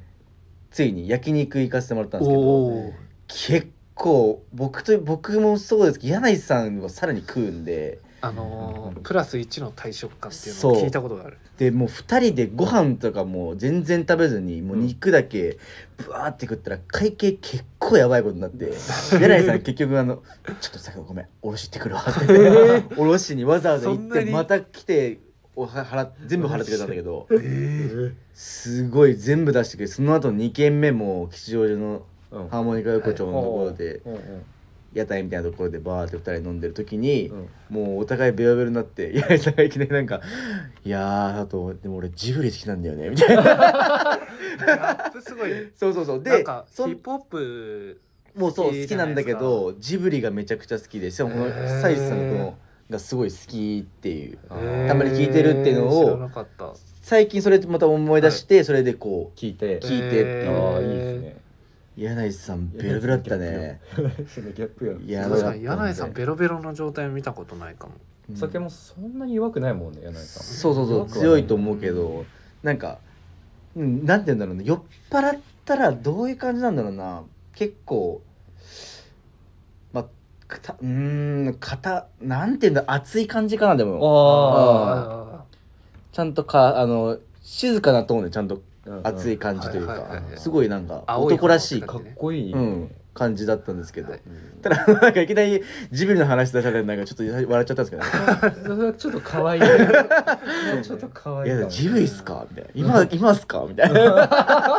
B: ついに焼肉行かせてもらったんですけど
A: おお
B: 結構僕と僕もそうですけど柳井さんはさらに食うんで
A: あのープラス1の退職感っていうのを
B: そう
A: 聞いたことがある
B: でもう2人でご飯とかもう全然食べずにもう肉だけぶわーって食ったら会計結構やばいことにな って柳井さん結局あの「ちょっとさごめんおろし行ってくる わ」って言っておろしにわざわざ行
A: そん
B: っ
A: な
B: て
A: に
B: また来ておは払っ全部払ってくれたんだけど
A: え
B: すごい全部出してくれてその後2軒目も吉祥寺の
C: うん
B: ハーモニカ横丁のところで
C: うんうん
B: 屋台みたいなところでバーって2人飲んでる時に
C: うん
B: もうお互いベロベロになって柳井さんがいきなりなんか「いやーあとでも俺ジブリ好きなんだよね」みたいな
A: ギャップすごいね
B: そうそうそう
A: なん
B: で
A: かヒ
B: そん
A: ップホップ
B: もうそう
A: 好き
B: 好
A: じ
B: き
A: ゃな
B: ないんだけどジブリがめちゃくちゃ好きでしかもこの
A: へー
B: 久石さんのこのがすごい好きっていう
C: あ
A: へー
C: ー
B: たまに聞いてるっていうのを
A: 知らなかった
B: 最近それまた思い出してそれでこう
C: 聞いて
B: 聞いてって
A: へ
B: い
A: ー
B: う
C: ああいいですね
B: 柳井さんベロベロだったね
C: ギャップやん
B: いや
A: 確かに
B: やばかったんで
A: 柳井さんベロベロの状態見たことないかも
B: うん
C: お酒もそんなに弱くないもんね柳井さん
B: そうそうそう
C: 弱くはない
B: 強いと思うけどなんかうんなんて言うんだろうね酔っ払ったらどういう感じなんだろうな結構まあかたうーん肩なんて言うんだ熱い感じかなでも
A: あ
C: あ
B: ちゃんとかあの静かなトーンでちゃんと
C: あ
B: 熱い感じという
A: はいはい
B: か
A: はいはい
B: すごいなんか
A: 青い方
B: 男らしい
A: か
C: かっこいい、
B: うん感じだったんですけど、
A: はい
B: ただなんかいきなりジブリの話出されてなんかちょっと笑っちゃったんですけど、ね
C: それはちょっと 可愛いちょっと可
B: い
C: 愛いかも
B: やジブリっすかみたいな今今っすかみたいな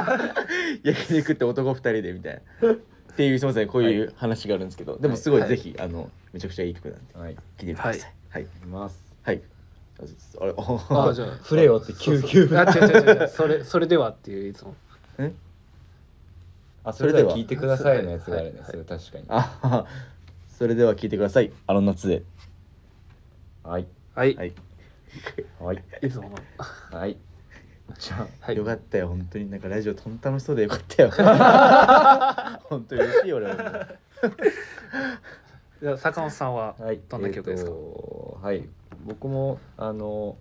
B: 焼肉って男2人でみたいなっていうすみませんこういう話があるんですけど、でもすごい、
A: はい
B: ぜひあのめちゃくちゃいい曲なんで
C: はいい
B: 聴いてみてくださいはい
C: きます
B: はい、あれ
A: あ
B: あ
A: あじゃあ
C: 触れよって
A: そう
C: 救
A: そう
C: 急部
A: あ違う違う違うそれそれではっていういつも
C: あそれでは
B: それでは
C: 聞いてくださいのやつがあるね
A: はい
C: それ確か に
B: あそれでは聴いてください「あの夏で
C: はい
A: はい、、
B: はいい
C: はい
A: いつもの
C: はいじゃあ
A: はい
B: よかったよ本当になんかラジオとん楽しそうでよかったよ本当に嬉しいよ俺はもう
A: じゃあ坂本さんは
C: はい、
A: どんな曲ですか
C: えーとはい、僕もあの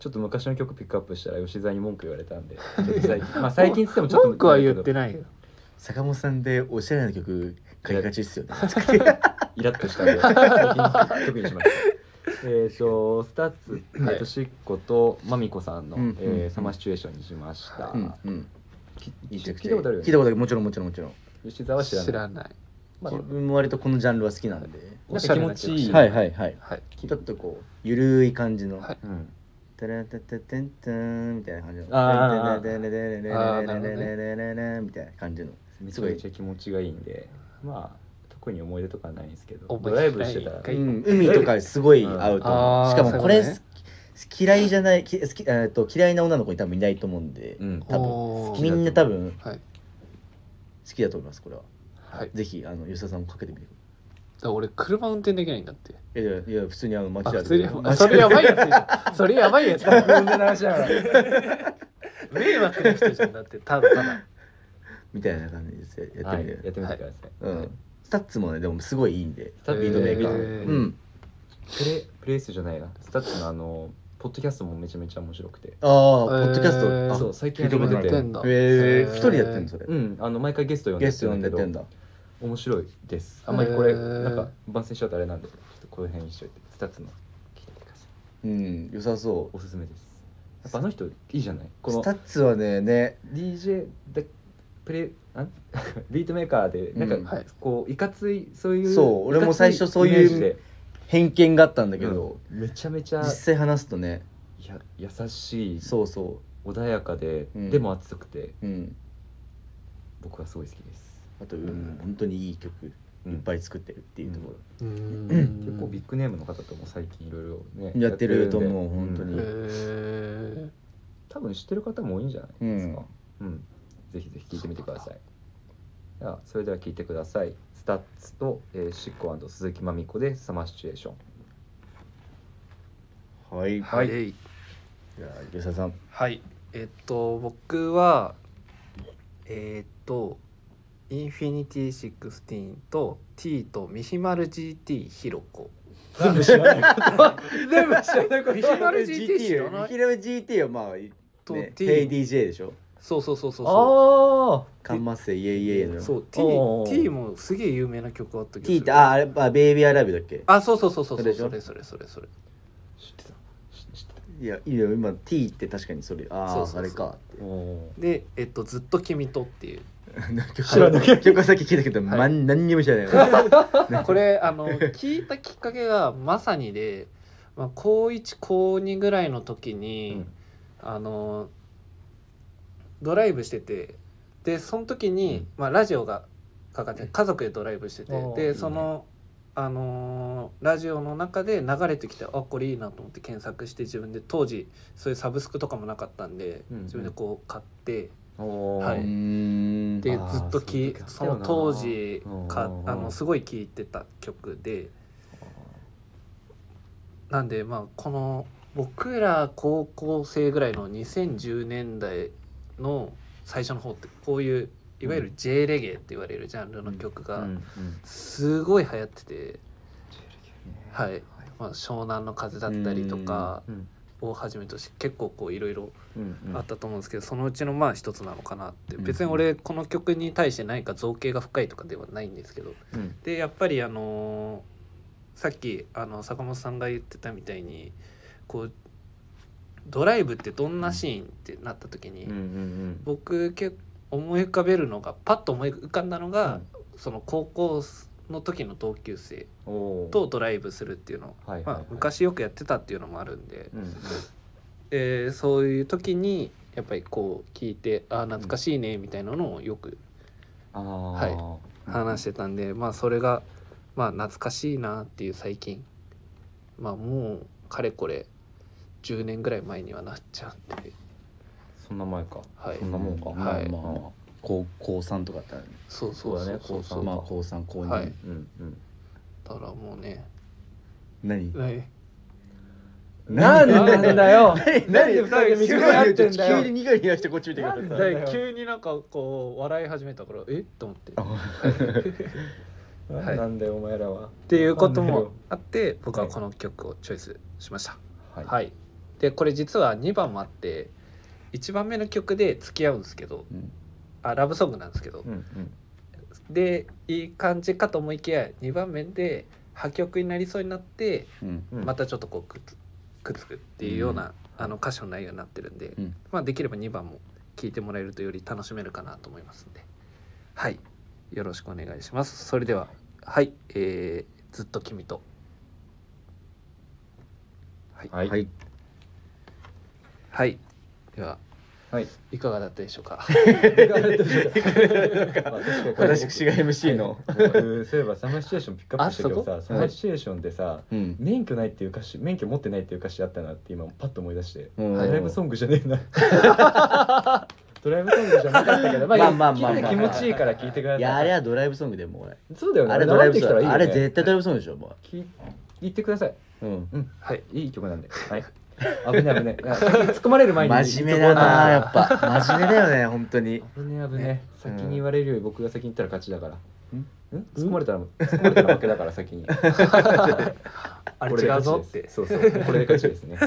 C: ちょっと昔の曲ピックアップしたら吉沢に文句言われたんで、ちょっと最近まあ最近っつってもちょっと
A: 文句は言って
C: い
A: ないよ
B: 坂本さんでおしゃれな曲書きがちっすよね
C: イラッとしたんで、最近曲にしました。えっとスタッツ、え
A: はい
C: ーとしっことまみこさんの、
B: うん
C: え
B: うん
C: ーサマーシチュエーションにしました。
B: うんうん
C: めちゃくちゃ聞いたことあるよね
B: 聞いたことあるもちろんもちろんもちろん
C: 吉沢は知らない。
A: ない
C: まあ
B: 自分も割とこのジャンルは好きなんで
A: おしゃれな曲
C: なんか気持ちいい
B: はいはいはい
A: はい
B: ちょっとこうゆるい感じの
A: はい
C: うん、
B: タラタタタンタンみたいな感じの
C: あー
B: タラタタタ
A: あー
B: タ
A: なるほ
B: ン
A: どね
B: タンタンタンタンみたいな感じの
C: めちゃめちゃ気持ちがいいんで、まあ特に思い出とかはないんですけど、
A: 思い出
C: ドライブしてたら
A: ない。
B: う
A: い
B: ん海とかすごい合うと
A: あ
B: 思
A: ー
B: うしかもこれ
A: そういうこ
B: 好き嫌いじゃないき好きえーと嫌いな女の子に多分いないと思うんで
C: うん、
B: 多
A: お
B: 分
A: ー
B: みんな多分
A: はい
B: 好きだと思いますこれは
A: はい
B: ぜひあの吉田さんもかけてみてく
A: だから俺車運転できないんだって
B: ださいいやいやいや普通にあの街
A: あ
B: で
A: それそれやばいやつでしょそれやばいやつだ
C: んで流しながら。
A: 迷惑な人じゃんだってただただ
B: みたいな感じですややっ
C: は
B: て
C: い
B: み
C: や
B: て
C: ってみてください。
B: うんスタッツもねでもすごいいいんで
C: スタッツ
B: ビートメーカ
A: へ
B: ー
A: ー
B: うん
C: プレプレイスじゃないなスタッツのあのポッドキャストもめちゃめちゃ面白くて
B: ああポッドキャス
A: へー
B: トあ
C: そう最近
B: 聞いたことな
C: 始め
B: い
C: て
A: やって
C: て
A: んだ
B: え
A: へー
B: ー一人でやってんのそれ
C: うんあの毎回ゲスト呼んで
B: ゲスト呼んでやってん
C: だ
B: だ
C: 面白いですあんまりこ
A: へ
C: れ
A: ー
C: なんか番宣しちゃうとあれなんでちょっとこの辺にしといてスタッツの聞いてみてください
B: うん良さそ
C: おすすめですやっぱあの人いいじゃないうこ
B: ス
C: の
B: タッツはねね
C: DJ でプレイあん ビートメーカーでなんか、
B: うん
A: はい
C: こういかついそういう
B: そう俺も最初そういう
C: いかつイメージで
B: 偏見があったんだけど
C: めちゃめちゃ
B: 実際話すとね
C: や優しい
B: そうそ
C: 穏やかで、
B: うん
C: でも熱くて
B: ううん
C: 僕はすごい好きです、
B: あとうん本当にいい曲い
C: うん
B: っぱい作ってるっていうところ
C: 結構ビッグネームの方とも最近いろいろね
B: やってると思う
C: やってる
B: 本当に
C: んでん
A: へ
C: 多分知ってる方も多いんじゃないですかうん、ぜひぜひ聞いてみてくださいではそれでは聞いてくださいスタッツと、えー、シッコ鈴木まみこでサマーシチュエーション
B: は
A: ー
B: いはい
A: はい
B: じゃあ吉田さん
A: はいえっと僕はえっとインフィニティ16と T とミヒマル GT ひろこ
C: 全部知 らないこと全部知らないこ
A: ミヒマル GT 知らない
B: ヒロ GT はまあ
A: と
B: ね
A: T
B: HeyDJ でしょ
A: そうそうそうそうそ
C: あ
B: カンマスイエイイエイの
A: うそう
C: お
A: T,
C: ー
A: T もすげえ有名な曲あったけど
B: T ってああれあベイビーアラビーだっけ
A: あそうそうそうそうそ
B: そ
A: れ
B: れでしょ
A: それそれそれそれ
C: あ知ってた知知って
B: いやいいよ今 T って確かにそれああ
A: そうそうそう
B: あれか
C: たお
A: で、えっと「ずっと君と」って いう
C: 知らない
B: 曲はさっき聞いたけど、
A: はい
B: まん何にも知らない
A: これあの聞いたきっかけがまさにで、まあ、高1高2ぐらいの時に、あのドライブしててでその時に、
C: うん
A: まあ、ラジオがかかって家族でドライブしてて
C: あーいい
A: で
C: ね
A: その、あのーラジオの中で流れてきてあこれいいなと思って検索して自分で当時そういうサブスクとかもなかったんで、
C: うんうん
A: 自分でこう買って。
C: お
A: は
B: う
A: い
B: ーん
A: で
C: あ
A: ず
C: ー
A: っとき
C: そう
A: その当時か
C: うんうんうん
A: あのすごい聴いてた曲でなんでまあこの僕ら高校生ぐらいの2010年代の最初の方ってこういういわゆる J レゲエって言われるジャンルの曲
B: う
A: が
B: ん
A: すごい流行ってて、はいいまあ、湘南の風だったりとか
C: うん
A: をはじめとして結構こういろいろ
C: うんうん
A: あったと思うんですけどそのうちのまあ一つなのかなって
C: うん
A: 別に俺この曲に対して何か造形が深いとかではないんですけど
C: うん
A: でやっぱりあのーさっきあの坂本さんが言ってたみたいにこうドライブってどんなシーンってなった時に、
C: うんうん
A: 僕結構思い浮かべるのがパッと思い浮かんだのが、その高校の時の同級生
C: うんおー
A: とドライブするっていうのを、
C: はいはい
A: ま
C: は
A: あ
C: い、
A: 昔よくやってたっていうのもあるんで
C: うんうん
A: でそういう時にやっぱりこう聞いてあー懐かしいねみたいなのをよく
C: あー
A: は話してたんで、まあそれがまあ懐かしいなっていう最近まあもうかれこれ10年ぐらい前にはなっちゃって
C: そんな前か
A: はい
C: そんなもんか
A: はい
B: まあまあ高高三とかだったらね
A: そう
C: そうだね
A: そうそう
C: 高三
B: まあ高三高二、
A: はい
C: うんうん
A: だからもう ね
B: 何
A: はい
C: なんでだよ
B: 何
C: なんで二人で見つめ合ってんだよ
B: 急にニコニコしてこっち見てくだ
C: なん
B: さ
C: だよ
B: い
A: で急になんかこう笑い始めたからえっと思 ってっはい
C: なんだよお前らは
A: ていうこと
C: なんだよ
A: もあって僕はこの曲をチョイスしました
C: はい
A: はい、でこれ実は2番もあって1番目の曲で付き合うんですけど
B: うん
A: あラブソングなんですけど
C: うんうん
A: でいい感じかと思いきや2番目で破局になりそうになって
B: うん
C: うん
A: またちょっとこうくっつくっつくっていうような、
B: うん
A: あの歌詞の内容になってるんで、
B: うん
A: まあ、できれば2番も聴いてもらえるとより楽しめるかなと思いますんではいよろしくお願いしますそれでははい、えー、ずっと君とはい
C: はい
B: はい
A: はいでは
C: はい
A: いかがだったでしょうか
B: 私が MC の
C: うんそういえばサマーシチュエーションピックアップしたけど
A: あ
C: さ
A: そこ
C: サマーシチュエーションでさ
B: うん
C: 免許ないっていう歌詞免許持ってないっていう歌詞あったなって今パッと思い出して
B: うん
C: ドライブソングじゃね えなドライブソングじゃなかったけどま
B: まあ
C: あ
B: ま
C: ま
B: あま
C: あま
B: あ
C: あ
B: まあ
C: 気持ちいいから聞いてください
B: いやあれはドライブソングでもう俺
C: そうだよね
B: あれドライブ
C: 生
B: ソ
C: で
B: ン
C: き
B: グ
C: た
B: あ
C: らいい
B: れ
C: よね
B: 絶対ドライブソングでしょも
C: 聞言ってくださいう
B: うん
A: はい
C: いい曲なんで、はい、危ね 危ねあ先に突っ込まれる前に
B: 真面目だな
A: あ
B: やっぱ真面目だよね 本当に
C: 危ね危ね先に言われるより僕が先に言ったら勝ちだから
B: うん
C: ん突っ込まれたら突っ込まれたら負けだか ら先に
A: あれ
C: これ
A: 違
C: が
A: うぞっ
C: 勝ちで
A: て
C: すそうそうこれで勝 ちですね、は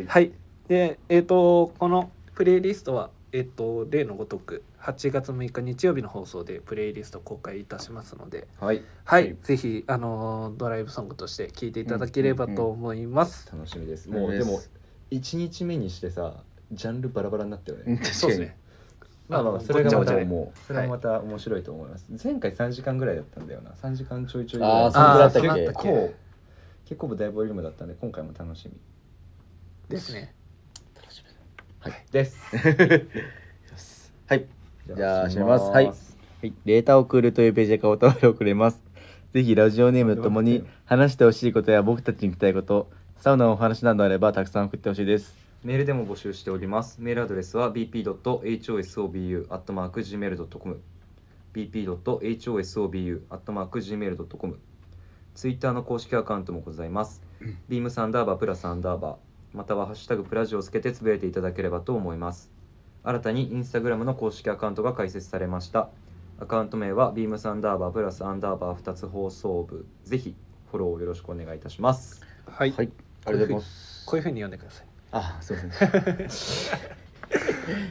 C: い
A: はい。で、えっ、と、このプレイリストは、えっ、と、例のごとく、8月6日日曜日の放送でプレイリスト公開いたしますので、
C: はい、
A: はい、
B: はい
A: ぜひ、あのードライブソングとして聴いていただければと思います。
C: 楽しみです
B: 楽し
C: もう
B: み
C: で
B: です
C: も1日目にしてさジャンルバラバラになったよね、
B: うん確か
A: そうです
B: に
A: ね。
C: まあまあ
A: の
C: それが
A: ご
C: ま
A: っち
C: た
A: ゃごちゃで
C: もうそれはまた面白いと思います、前回3時間ぐらいだったんだよな3時間ちょいちょいぐらい
B: あー
A: そんぐらいだったっけ
C: あー結構結構大ボリュームだったんで今回も楽しみ
A: ですね。
C: です
B: はいじゃあ
C: し
B: 閉めますはいはい、データを送るというページで顔とを送れます。ぜひラジオネームとともに話してほしいことや僕たちに聞きたいこと、サウナのお話などあればたくさん送ってほしいです。
C: メールでも募集しております。メールアドレスは bp.hosobu.gmail.com bp.hosobu.gmail.com ツイッターの公式アカウントもございます。ビームサンダーバープラスアンダーバーまたはハッシュタグプラジをつけてつぶやいていただければと思います。新たにインスタグラムの公式アカウントが開設されました。アカウント名はビームサンダーバープラスアンダーバー2つ放送部。ぜひフォローよろしくお願いいたします。
A: はい。
B: い、ありがとうございます。
A: こういうふうに読んでください。
B: あ、そうですね。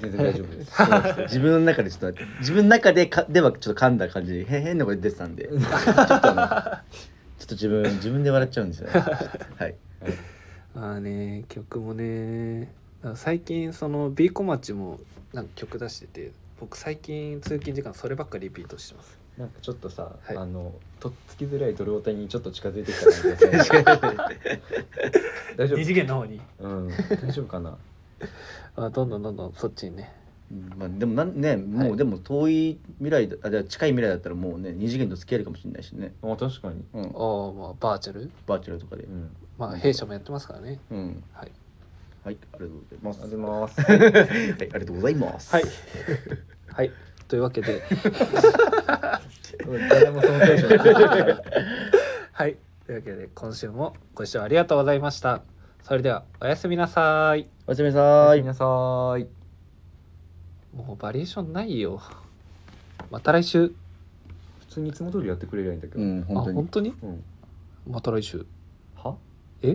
B: 全然大丈夫ですそうです自分の中でちょっと自分の中でかではちょっと噛んだ感じへ変な声出てたん でちょっとあのちょっと自分自分で笑っちゃうんですよねはい
A: まあね曲もねだから最近その B 小町もなんか曲出してて僕最近通勤時間そればっかリピートしてます
C: なんかちょっとさ、
A: はい
C: あのとっつきづらいドルオタにちょっと近づいてき た感じがさ大丈
A: 二次元の方に、
C: 夫うん大丈夫かな
A: まあ、どんどんどんどんそっちにね
B: まあ、でもなんねもう、
A: はい
B: でも遠い未来だあじゃあ近い未来だったらもうね二次元と付き合えるかもしれないしね、
C: あ確かに
B: う
A: ああ
B: ん、
A: まあバーチャル
B: バーチャルとかで
C: う、ん
A: まあ弊社もやってますからね
B: うん、
A: はい
B: はいありがとうございます
C: ありがとうございます
B: はい、ありがとうございます
A: はい はいというわけで
C: 誰もそのテンションで
A: はいというわけで今週もご視聴ありがとうございましたそれではおやすみなさい
B: おやすみなさ
C: おや
B: ー
C: す
B: い
C: みなさーい
A: もうバリエーションないよまた来週
C: 普通にいつも通りやってくれりゃいいんだけど、
B: うん
A: あ
B: 本当に
A: 本当に
C: うん
A: また来週